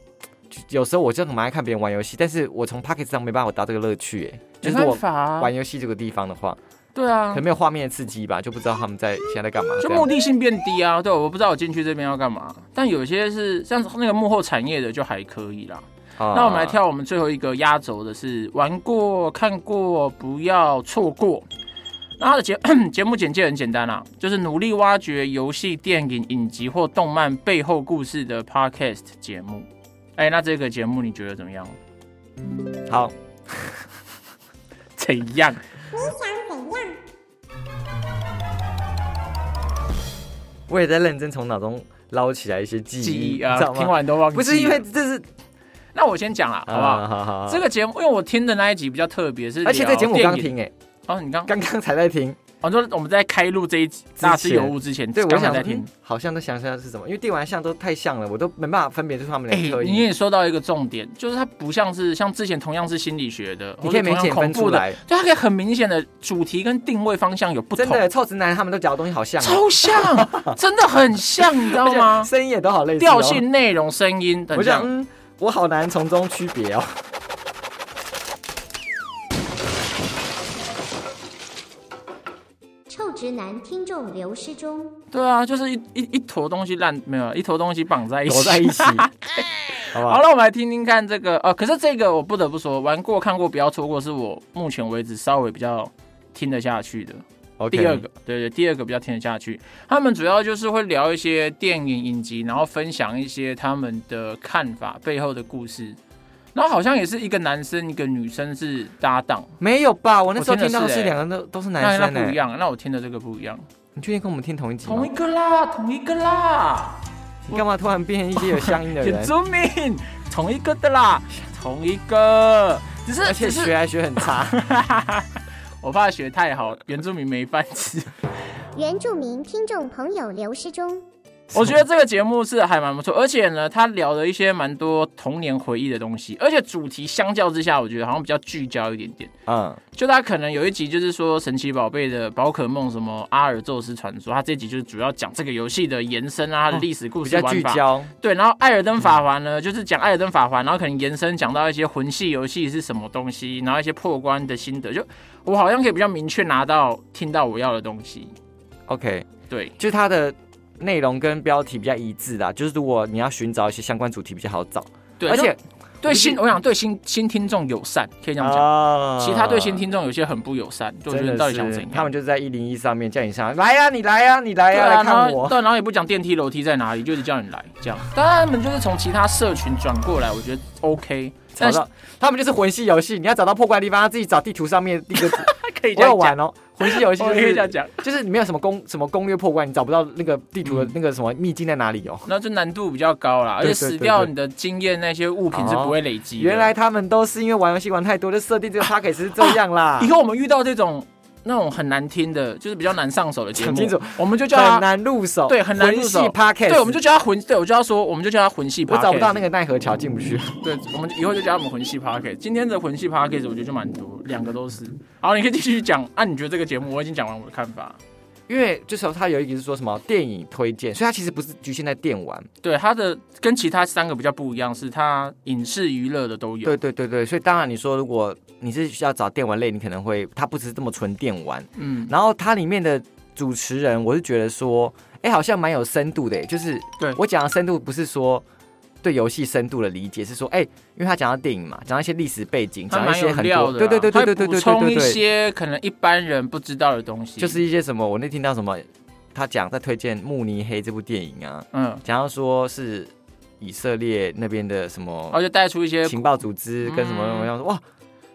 Speaker 3: 有时候我真的很爱看别人玩游戏，但是我从 p o c k e t 上没办法达到这个乐趣，哎，就
Speaker 1: 没
Speaker 3: 是
Speaker 1: 办
Speaker 3: 我
Speaker 1: 法、啊，
Speaker 3: 玩游戏这个地方的话，
Speaker 1: 对啊
Speaker 3: 可能，没有画面刺激吧，就不知道他们在现在在干嘛。
Speaker 1: 就
Speaker 3: 这样
Speaker 1: 目的性变低啊。对，我不知道我进去这边要干嘛，但有些是像那个幕后产业的就还可以啦。
Speaker 3: 啊
Speaker 1: 那我们来跳我们最后一个压轴的是玩过、看过，不要错过。那它的节 <clears throat> 节目简介很简单啦、啊就是努力挖掘游戏、电影、影集或动漫背后故事的 podcast 节目。哎、那这个节目你觉得怎么
Speaker 3: <laughs>
Speaker 1: 样？
Speaker 3: 好，
Speaker 1: 怎样？
Speaker 5: 你想怎样？
Speaker 3: 我也在认真从脑中捞起来一些记忆，
Speaker 1: 记忆
Speaker 3: 你
Speaker 1: 啊
Speaker 3: 知道，吗
Speaker 1: 听完都忘记。
Speaker 3: 不是因为，这是
Speaker 1: 那我先讲啦，好不好？
Speaker 3: 啊好好好
Speaker 1: 这个节目，因为我听的那一集比较特别，是
Speaker 3: 而且这个节目我
Speaker 1: 聊
Speaker 3: 刚
Speaker 1: 电影。
Speaker 3: 听哎，
Speaker 1: 哦，你刚，
Speaker 3: 刚刚才在听，
Speaker 1: 我说我们在开录这一集《大师有物》之前，
Speaker 3: 对我
Speaker 1: 刚才
Speaker 3: 想
Speaker 1: 在
Speaker 3: 说
Speaker 1: 听
Speaker 3: 嗯。好像都想象是什么，因为电玩像都太像了，我都没办法分别出他们
Speaker 1: 哎、
Speaker 3: 两个特
Speaker 1: 你
Speaker 3: 异。
Speaker 1: 也说到一个重点，就是它不像是像之前同样是心理学的，
Speaker 3: 你可以
Speaker 1: 或者
Speaker 3: 明
Speaker 1: 同
Speaker 3: 显
Speaker 1: 样
Speaker 3: 分
Speaker 1: 恐
Speaker 3: 出
Speaker 1: 怖的，
Speaker 3: 来，
Speaker 1: 就它可以很明显的主题跟定位方向有不
Speaker 3: 真
Speaker 1: 同，
Speaker 3: 的臭直男他们都讲的东西好像哦，
Speaker 1: 超
Speaker 3: <laughs>
Speaker 1: 像，真的很像，你知道
Speaker 3: 而且
Speaker 1: 吗？
Speaker 3: 声音也都好类似哦
Speaker 1: 调，性、内容、声音
Speaker 3: 我
Speaker 1: 很
Speaker 3: 想
Speaker 1: 像，
Speaker 3: 嗯，我好难从中区别哦。
Speaker 4: 臭直男听众流失中，
Speaker 1: 对啊，就是一一一坨东西烂没有，一坨东西绑在一起，
Speaker 3: 躲在一
Speaker 1: <laughs>
Speaker 3: 起好不
Speaker 1: 哎好
Speaker 3: 好？
Speaker 1: 了，我们来听听看这个呃，可是这个我不得不说，玩过看过不要错过，是我目前为止稍微比较听得下去的。
Speaker 3: OK
Speaker 1: 第二个，对对，第二个比较听得下去。他们主要就是会聊一些电影影集，然后分享一些他们的看法背后的故事。然后好像也是一个男生一个女生是搭档，
Speaker 3: 没有吧？我那时候
Speaker 1: 我听
Speaker 3: 听
Speaker 1: 的
Speaker 3: 到的
Speaker 1: 是
Speaker 3: 是
Speaker 1: 欸
Speaker 3: 两个都都是
Speaker 1: 那
Speaker 3: 男
Speaker 1: 那
Speaker 3: 生
Speaker 1: 不一
Speaker 3: 呢。
Speaker 1: 样，那我听的这个不一样，
Speaker 3: 你确定跟我们听同一集吗
Speaker 1: 同一？个啦，同一个啦，
Speaker 3: 你干嘛突然变一些有相应
Speaker 1: <laughs>
Speaker 3: 的
Speaker 1: 也
Speaker 3: 人？
Speaker 1: 聪明，同一个的啦，同一个，只是
Speaker 3: 而且
Speaker 1: 只是
Speaker 3: 学来学很差。
Speaker 1: <laughs> 我怕学太好，原住民没饭吃。
Speaker 5: 原住民听众朋友流失中，
Speaker 3: <laughs>
Speaker 1: 我觉得这个节目是还蛮不错，而且呢，他聊了一些蛮多童年回忆的东西，而且主题相较之下，我觉得好像比较聚焦一点点。
Speaker 3: 嗯，
Speaker 1: 就他可能有一集就是说神奇宝贝的宝可梦什么阿尔宙斯传说，他这集就是主要讲这个游戏的延伸啊，它的历史故
Speaker 3: 比
Speaker 1: 事
Speaker 3: 较
Speaker 1: 玩
Speaker 3: 聚
Speaker 1: 法。
Speaker 3: 焦。
Speaker 1: 对，然后艾尔登法环呢，就是讲艾尔登法环，然后可能延伸讲到一些魂系游戏是什么东西，然后一些破关的心得，就我好像可以比较明确拿到听到我要的东西。
Speaker 3: OK，
Speaker 1: 对，
Speaker 3: 就是它的内容跟标题比较一致啦，就是如果你要寻找一些相关主题比较好找，
Speaker 1: 对，
Speaker 3: 而且
Speaker 1: 对新，我想对新新听众友善，可以这样讲。
Speaker 3: 啊
Speaker 1: 其他对新听众有些很不友善，就觉得
Speaker 3: 真的
Speaker 1: 你到底想怎
Speaker 3: 是
Speaker 1: 样？
Speaker 3: 他们就是在一零一上面叫你上来，来呀、你来呀、你来
Speaker 1: 对
Speaker 3: 呀、
Speaker 1: 啊，
Speaker 3: 来
Speaker 1: 然
Speaker 3: 看
Speaker 1: 后
Speaker 3: 我。
Speaker 1: 到然后也不讲电梯楼梯在哪里，就是叫你来这样。当然他们就是从其他社群转过来，我觉得 OK。
Speaker 3: 找
Speaker 1: 但是
Speaker 3: 到他们就是魂系游戏，你要找到破关的地方，要自己找地图上面那个字。
Speaker 1: 可以 <laughs> 这
Speaker 3: 我有
Speaker 1: 样讲，
Speaker 3: 玩哦，魂系游戏
Speaker 1: 我
Speaker 3: 就
Speaker 1: 可以这样
Speaker 3: 是
Speaker 1: 讲，
Speaker 3: 就是你没有什么攻什么攻略破关，你找不到那个地图
Speaker 1: 嗯
Speaker 3: 的那个什么秘境在哪里哦。
Speaker 1: 那就难度比较高啦，而
Speaker 3: 对
Speaker 1: 且
Speaker 3: 对
Speaker 1: 死
Speaker 3: 对
Speaker 1: 掉
Speaker 3: 对
Speaker 1: 你的经验那些物品是不会累积的。
Speaker 3: 哦原来他们都是因为玩游戏玩太多，就设定这个 p a c k a g 是这样啦
Speaker 1: 以。后我们遇到这种那种很难听的，就是比较难上手的节
Speaker 3: 讲清
Speaker 1: 目
Speaker 3: 楚，
Speaker 1: 我们就叫
Speaker 3: 很
Speaker 1: 他
Speaker 3: 难入手，
Speaker 1: 对很难入手
Speaker 3: 魂系 p a c k a g
Speaker 1: 对，我们就叫他魂，对我就要说，我们就叫他魂系 p a
Speaker 3: 我
Speaker 1: r
Speaker 3: 找不到那个奈何桥进不去。
Speaker 1: 对，我们以后就叫他们魂系 p a r k 今天的魂系 p a r k 我觉得就蛮多，两个都是。好，你可以继续讲。啊，你觉得这个节目我已经讲完我的看法。
Speaker 3: 因为就是他有一集是说什么电影推荐，所以他其实不是局限在电玩。
Speaker 1: 对，它的跟其他三个比较不一样，是它影视娱乐的都有。
Speaker 3: 对对对对，所以当然你说如果你是需要找电玩类，你可能会它不只是这么纯电玩，
Speaker 1: 嗯，
Speaker 3: 然后它里面的主持人，我是觉得说，哎，好像蛮有深度的，就是
Speaker 1: 对
Speaker 3: 我讲的深度不是说。对游戏深度的理解是说，哎、因为他讲到电影嘛，讲到一些历史背景，
Speaker 1: 它
Speaker 3: 讲到一
Speaker 1: 蛮
Speaker 3: 些
Speaker 1: 有
Speaker 3: 很
Speaker 1: 料
Speaker 3: 多，
Speaker 1: 的啦，
Speaker 3: 对对对对对对对
Speaker 1: 它会补充
Speaker 3: 对
Speaker 1: 一
Speaker 3: 对对，
Speaker 1: 些可能一般人不知道的东西。
Speaker 3: 就是一些什么，我那听到什么，他讲在推荐《慕尼黑》这部电影啊，
Speaker 1: 嗯，
Speaker 3: 讲到说是以色列那边的什么
Speaker 1: 然后就带出一些
Speaker 3: 情报组织跟什么
Speaker 1: 啊嗯
Speaker 3: 什么样，哇，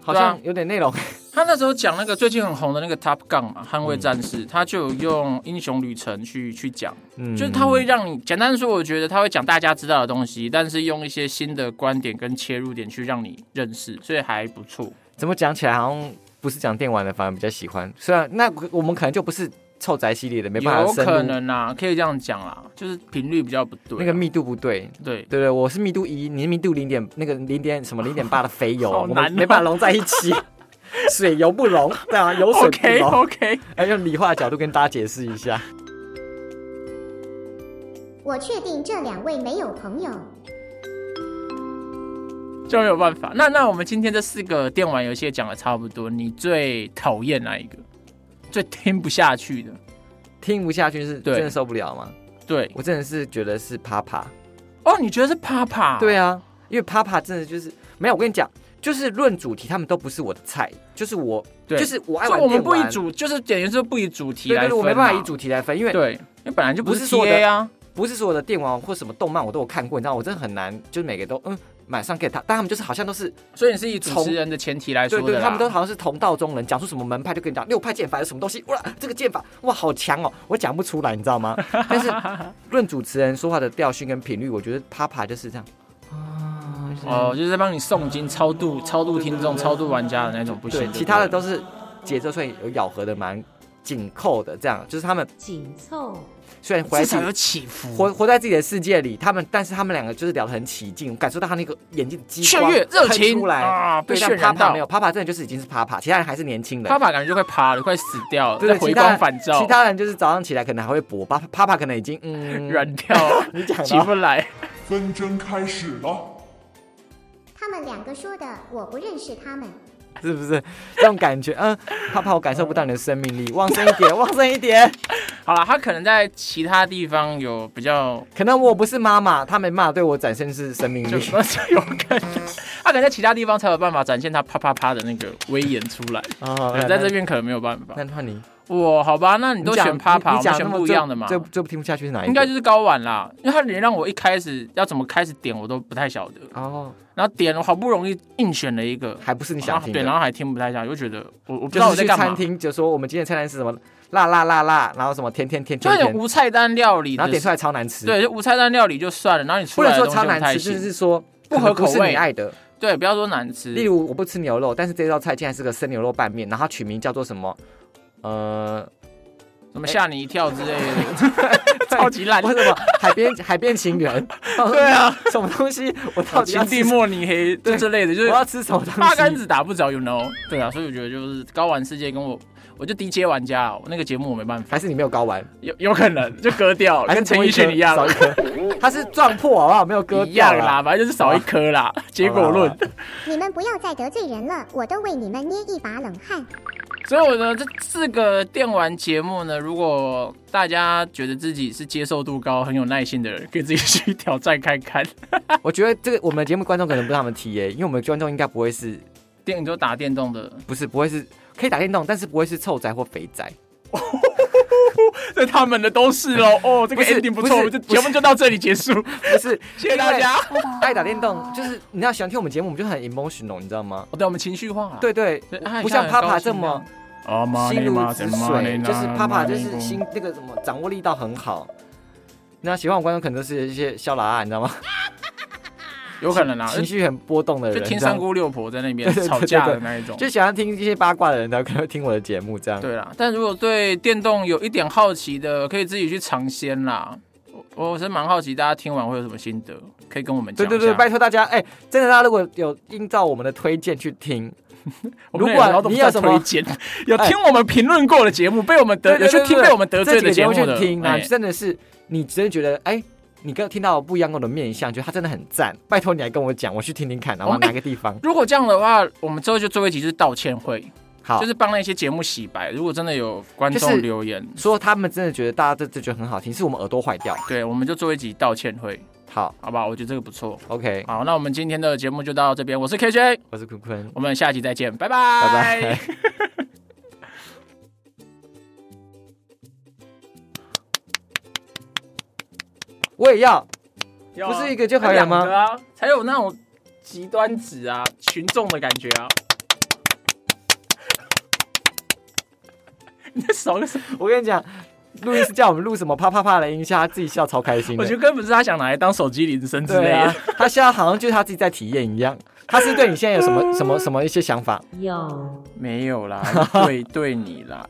Speaker 3: 好
Speaker 1: 对啊
Speaker 3: 像有点
Speaker 1: <laughs>
Speaker 3: 内容。
Speaker 1: 他那时候讲那个最近很红的那个 Top Gun 嘛，捍卫战士，他就有用英雄旅程去去讲，
Speaker 3: 嗯
Speaker 1: 就是他会让你简单说，我觉得他会讲大家知道的东西，但是用一些新的观点跟切入点去让你认识，所以还不错。
Speaker 3: 怎么讲起来好像不是讲电玩的，反而比较喜欢。虽然那我们可能就不是臭宅系列的，没办
Speaker 1: 有
Speaker 3: 法深
Speaker 1: 可
Speaker 3: 入，
Speaker 1: 能啊，可以这样讲啦，就是频率比较不对啊、
Speaker 3: 那个密度不对。 <laughs>
Speaker 1: 对。
Speaker 3: 对对，我是密度一，你是密度零点那个零点什么零点
Speaker 1: <laughs>
Speaker 3: 八的肥油，
Speaker 1: 好
Speaker 3: 我
Speaker 1: 难
Speaker 3: 们
Speaker 1: 哦
Speaker 3: 没办法融在一
Speaker 1: <laughs>
Speaker 3: 起，水油不融，对啊，油水不
Speaker 1: OK
Speaker 3: 融。
Speaker 1: OK， <laughs>
Speaker 3: 哎，用理化的角度跟大家解释一下，
Speaker 4: 我确定这两位没有朋友。
Speaker 1: 就没有办法。那那我们今天这四个电玩游戏也讲的差不多，你最讨厌哪一个？最听不下去的？
Speaker 3: 听不下去是
Speaker 1: 对
Speaker 3: 真的受不了吗？
Speaker 1: 对，
Speaker 3: 我真的是觉得是啪啪。
Speaker 1: 哦，你觉得是 Papa？
Speaker 3: 对啊，因为 Papa 真的就是没有，我跟你讲，就是论主题，他们都不是我的菜，就是我，
Speaker 1: 对
Speaker 3: 就是我爱
Speaker 1: 就
Speaker 3: 玩
Speaker 1: 我们
Speaker 3: 电
Speaker 1: 不以
Speaker 3: 玩
Speaker 1: 主，就是简直是不以主题
Speaker 3: 对
Speaker 1: 来
Speaker 3: 对
Speaker 1: 分嘛
Speaker 3: 对，我没办法以主题来分，因为
Speaker 1: 对，因为本来就
Speaker 3: 不
Speaker 1: 是
Speaker 3: 是说
Speaker 1: TA 啊，
Speaker 3: 不是所有的电玩或什么动漫我都有看过，你知道，我真的很难，就是每个都嗯马上 get 他，但他们就是好像都是
Speaker 1: 所以你是以主持人的前提来说
Speaker 3: 对
Speaker 1: 的啦
Speaker 3: 对，他们都好像是同道中人，讲出什么门派就跟你讲六派剑法有什么东西，
Speaker 1: <laughs>
Speaker 3: 哇，这个剑法哇好强哦，我讲不出来，你知道吗？但是论主持人说话的调性跟频率，我觉得 Papa 就是这样。啊就是
Speaker 1: 哦，就是在帮你诵经、超度、超度听众、超度玩家的那种不行
Speaker 3: 对，
Speaker 1: 就对了，
Speaker 3: 其他的都是节奏所以有咬合的蛮紧扣的，这样就是他们
Speaker 6: 紧凑。
Speaker 3: 虽然活在
Speaker 1: 至
Speaker 3: 自
Speaker 1: 少
Speaker 3: 己
Speaker 1: 有起伏、
Speaker 3: 活活在自己的世界里，他们但是他们两个就是聊得很起劲，我感受到他那个眼睛的激
Speaker 1: 雀
Speaker 3: 光
Speaker 1: 跃、热
Speaker 3: 喷
Speaker 1: 情
Speaker 3: 出来
Speaker 1: 啊，被渲
Speaker 3: 对，但
Speaker 1: 染
Speaker 3: Papa
Speaker 1: 到
Speaker 3: 没。有，Papa 真的就是已经是 Papa，其他人还是年轻人。
Speaker 1: Papa 感觉就快趴了，快死掉了，
Speaker 3: 对
Speaker 1: 在
Speaker 3: 对，
Speaker 1: 回
Speaker 3: 其他
Speaker 1: 光
Speaker 3: 人
Speaker 1: 返照，
Speaker 3: 其他人就是早上起来可能还会搏，Papa Papa 可能已经
Speaker 1: <laughs>
Speaker 3: 嗯
Speaker 1: 软掉了，
Speaker 3: 你讲
Speaker 1: 起
Speaker 3: 吧
Speaker 1: 不来。
Speaker 7: 纷争开始了。
Speaker 4: 他们两个说的，我不认识他们。
Speaker 3: 是不是这种感觉？嗯，Papa 我感受不到你的生命力，旺盛一
Speaker 1: <laughs>
Speaker 3: 点，旺盛一点。
Speaker 1: 好了，他可能在其他地方有比较
Speaker 3: 可能我不是妈妈，他没办法对我展现是生
Speaker 1: <laughs>
Speaker 3: 命
Speaker 1: 就
Speaker 3: 力。
Speaker 1: 有可能，他可能在其他地方才有办法展现他啪啪啪的那个威严出来，
Speaker 3: 啊
Speaker 1: 在这，边可能没有办法
Speaker 3: 那。那换你，
Speaker 1: 哇，好吧，那你都
Speaker 3: 讲
Speaker 1: 选啪啪，
Speaker 3: 你
Speaker 1: 我们
Speaker 3: 你讲
Speaker 1: 选
Speaker 3: 那么
Speaker 1: 不一
Speaker 3: 最
Speaker 1: 样的嘛？
Speaker 3: 最最不听不下去是哪一个？
Speaker 1: 应该就是高玩啦，因为他连让我一开始要怎么开始点我都不太晓得，
Speaker 3: 哦，
Speaker 1: 然后点了好不容易硬选了一个，
Speaker 3: 还不是你想
Speaker 1: 然后
Speaker 3: 听
Speaker 1: 啊对，
Speaker 3: 的
Speaker 1: 然。后还听不太下去，我就觉得我我不知
Speaker 3: 就
Speaker 1: 道我
Speaker 3: 是
Speaker 1: 在
Speaker 3: 去
Speaker 1: 干嘛
Speaker 3: 餐，厅，就说我们今天的菜单是什么辣辣辣辣，然后什么甜甜甜
Speaker 1: 就
Speaker 3: 甜
Speaker 1: 有点
Speaker 3: 甜，
Speaker 1: 无菜单料理的，
Speaker 3: 然后点出来超难吃。，
Speaker 1: 对，就无菜单料理就算了，然后你出
Speaker 3: 不
Speaker 1: 来
Speaker 3: 能
Speaker 1: 的
Speaker 3: 说
Speaker 1: 东西
Speaker 3: 超
Speaker 1: 又不
Speaker 3: 难
Speaker 1: 太
Speaker 3: 吃，就
Speaker 1: 行，
Speaker 3: 是说
Speaker 1: 不合口味
Speaker 3: 可能不是你爱的。
Speaker 1: 对，不要说难吃，
Speaker 3: 例如我不吃牛肉，但是这道菜竟然是个生牛肉拌面，然后它取名叫做什么？呃，
Speaker 1: 什么吓你一跳之类
Speaker 3: <laughs>
Speaker 1: 的，超级烂，
Speaker 3: 或者什么海边 <laughs> 海边情人？
Speaker 1: <laughs> 对
Speaker 3: <laughs>
Speaker 1: 啊，
Speaker 3: 什么东西？我到底要
Speaker 1: 情
Speaker 3: 吃
Speaker 1: 地？莫尼黑就
Speaker 3: <laughs> 对
Speaker 1: 之类的，就
Speaker 3: 我
Speaker 1: 是
Speaker 3: 要吃什么东
Speaker 1: 八竿
Speaker 3: 西？
Speaker 1: 子打不着，you know？对啊，所以我觉得就是高玩世界跟我，我就 DJ 玩家啊，我那个节目我没办法，
Speaker 3: 还是你没有睾丸？
Speaker 1: 有有可
Speaker 3: <laughs>
Speaker 1: 能就割掉，
Speaker 3: 还是
Speaker 1: 跟陈
Speaker 3: 多
Speaker 1: 奕
Speaker 3: 一颗
Speaker 1: 迅一样
Speaker 3: 少一
Speaker 1: <laughs>
Speaker 3: 颗，它是撞破好不好？没有割
Speaker 1: 一
Speaker 3: 掉
Speaker 1: 样啦，。反正就是少一颗啦。结果论
Speaker 3: 好啦，
Speaker 4: 你们不要再得罪人了，我都为你们捏一把冷汗。
Speaker 1: 所以我呢，这四个电玩节目呢，如果大家觉得自己是接受度高、很有耐心的人，可以自己去挑战看看。
Speaker 3: 我觉得这个我们节目观众可能不是他们 T A，因为我们观众应该不会是，
Speaker 1: <laughs> 电你就打电动的，
Speaker 3: 不是不会是可以打电动，但是不会是臭宅或肥宅。
Speaker 1: 这他们的都是喽。哦，这
Speaker 3: 个 ending 不错我们这节
Speaker 1: 目就到这里结束，
Speaker 3: 不是，
Speaker 1: 谢谢大家。
Speaker 3: 爱打电动就是你要喜欢听我们节目，我们就很 emotional，你知道吗？
Speaker 1: 哦对，我们情绪化了。
Speaker 3: 对对，
Speaker 1: 对，啊
Speaker 3: 不像
Speaker 1: 很高
Speaker 3: Papa
Speaker 1: 兴
Speaker 3: 这么
Speaker 1: 啊
Speaker 3: 心如
Speaker 1: Money，
Speaker 3: 止
Speaker 1: Money，
Speaker 3: 水，
Speaker 1: Money，
Speaker 3: 就是 Papa
Speaker 1: Money，
Speaker 3: 就是心那个什么掌握力道很好。那喜欢我观众可能都是一些小喇啊，你知道吗？
Speaker 1: 有可能啊，
Speaker 3: 情绪很波动的
Speaker 1: 就
Speaker 3: 人，
Speaker 1: 听
Speaker 3: 这样
Speaker 1: 三姑六婆在那边
Speaker 3: 对对对
Speaker 1: 吵架的那一种。
Speaker 3: 就喜欢听一些八卦的人，他可能会听我的节目这样。
Speaker 1: 对啦，但如果对电动有一点好奇的，可以自己去尝鲜啦。我我是蛮好奇大家听完会有什么心得，可以跟我们讲
Speaker 3: 对
Speaker 1: 一下。
Speaker 3: 对对，拜托大家，哎、真的，大家如果有依照我们的推荐去听，
Speaker 1: <laughs> 我们
Speaker 3: 如果
Speaker 1: 也聊得不
Speaker 3: 你有
Speaker 1: 算
Speaker 3: 什么哎
Speaker 1: 推
Speaker 3: <laughs>
Speaker 1: 荐，有听我们评论过的节目，被我们得有去听被我们得罪的
Speaker 3: 这几
Speaker 1: 节
Speaker 3: 个
Speaker 1: 目
Speaker 3: 节
Speaker 1: 的，
Speaker 3: 目去听啊，
Speaker 1: 哎
Speaker 3: 真的是你真的觉得，哎、你刚听到不一样的面相，觉得他真的很赞，拜托你来跟我讲，我去听听看，然后
Speaker 1: 哦哎
Speaker 3: 哪个地方、
Speaker 1: 如果这样的话，我们之后就做一集就是道歉会，
Speaker 3: 好，
Speaker 1: 就
Speaker 3: 就是
Speaker 1: 是帮那些节目洗白。如果真的有观
Speaker 3: 就是
Speaker 1: 众留言，
Speaker 3: 说他们真的觉得大家这这觉得很好听，是我们耳朵坏掉。
Speaker 1: 对，我们就做一集道歉会，
Speaker 3: 好
Speaker 1: 好吧？我觉得这个不错。
Speaker 3: ，OK，
Speaker 1: 好，那我们今天的节目就到这边，我是 KJ，
Speaker 3: 我是坤坤，
Speaker 1: 我们下集再见，拜
Speaker 3: 拜
Speaker 1: 拜。
Speaker 3: 拜。我也要，
Speaker 1: 啊
Speaker 3: 不是一个就可以了吗
Speaker 1: 两个啊，才有那种极端值啊，群众的感觉啊。 <laughs> 你的手是，
Speaker 3: 我跟你讲，路易斯叫我们录什么啪啪啪的音效，他自己笑超开心的。
Speaker 1: 我觉得根本是他想拿来当手机铃声之类
Speaker 3: 对
Speaker 1: 的
Speaker 3: 啊。，他现在好像就是他自己在体验一样。
Speaker 1: <laughs>
Speaker 3: 他是对你现在有什么什么什么一些想法？
Speaker 6: 有。
Speaker 1: 没有啦，对对你啦。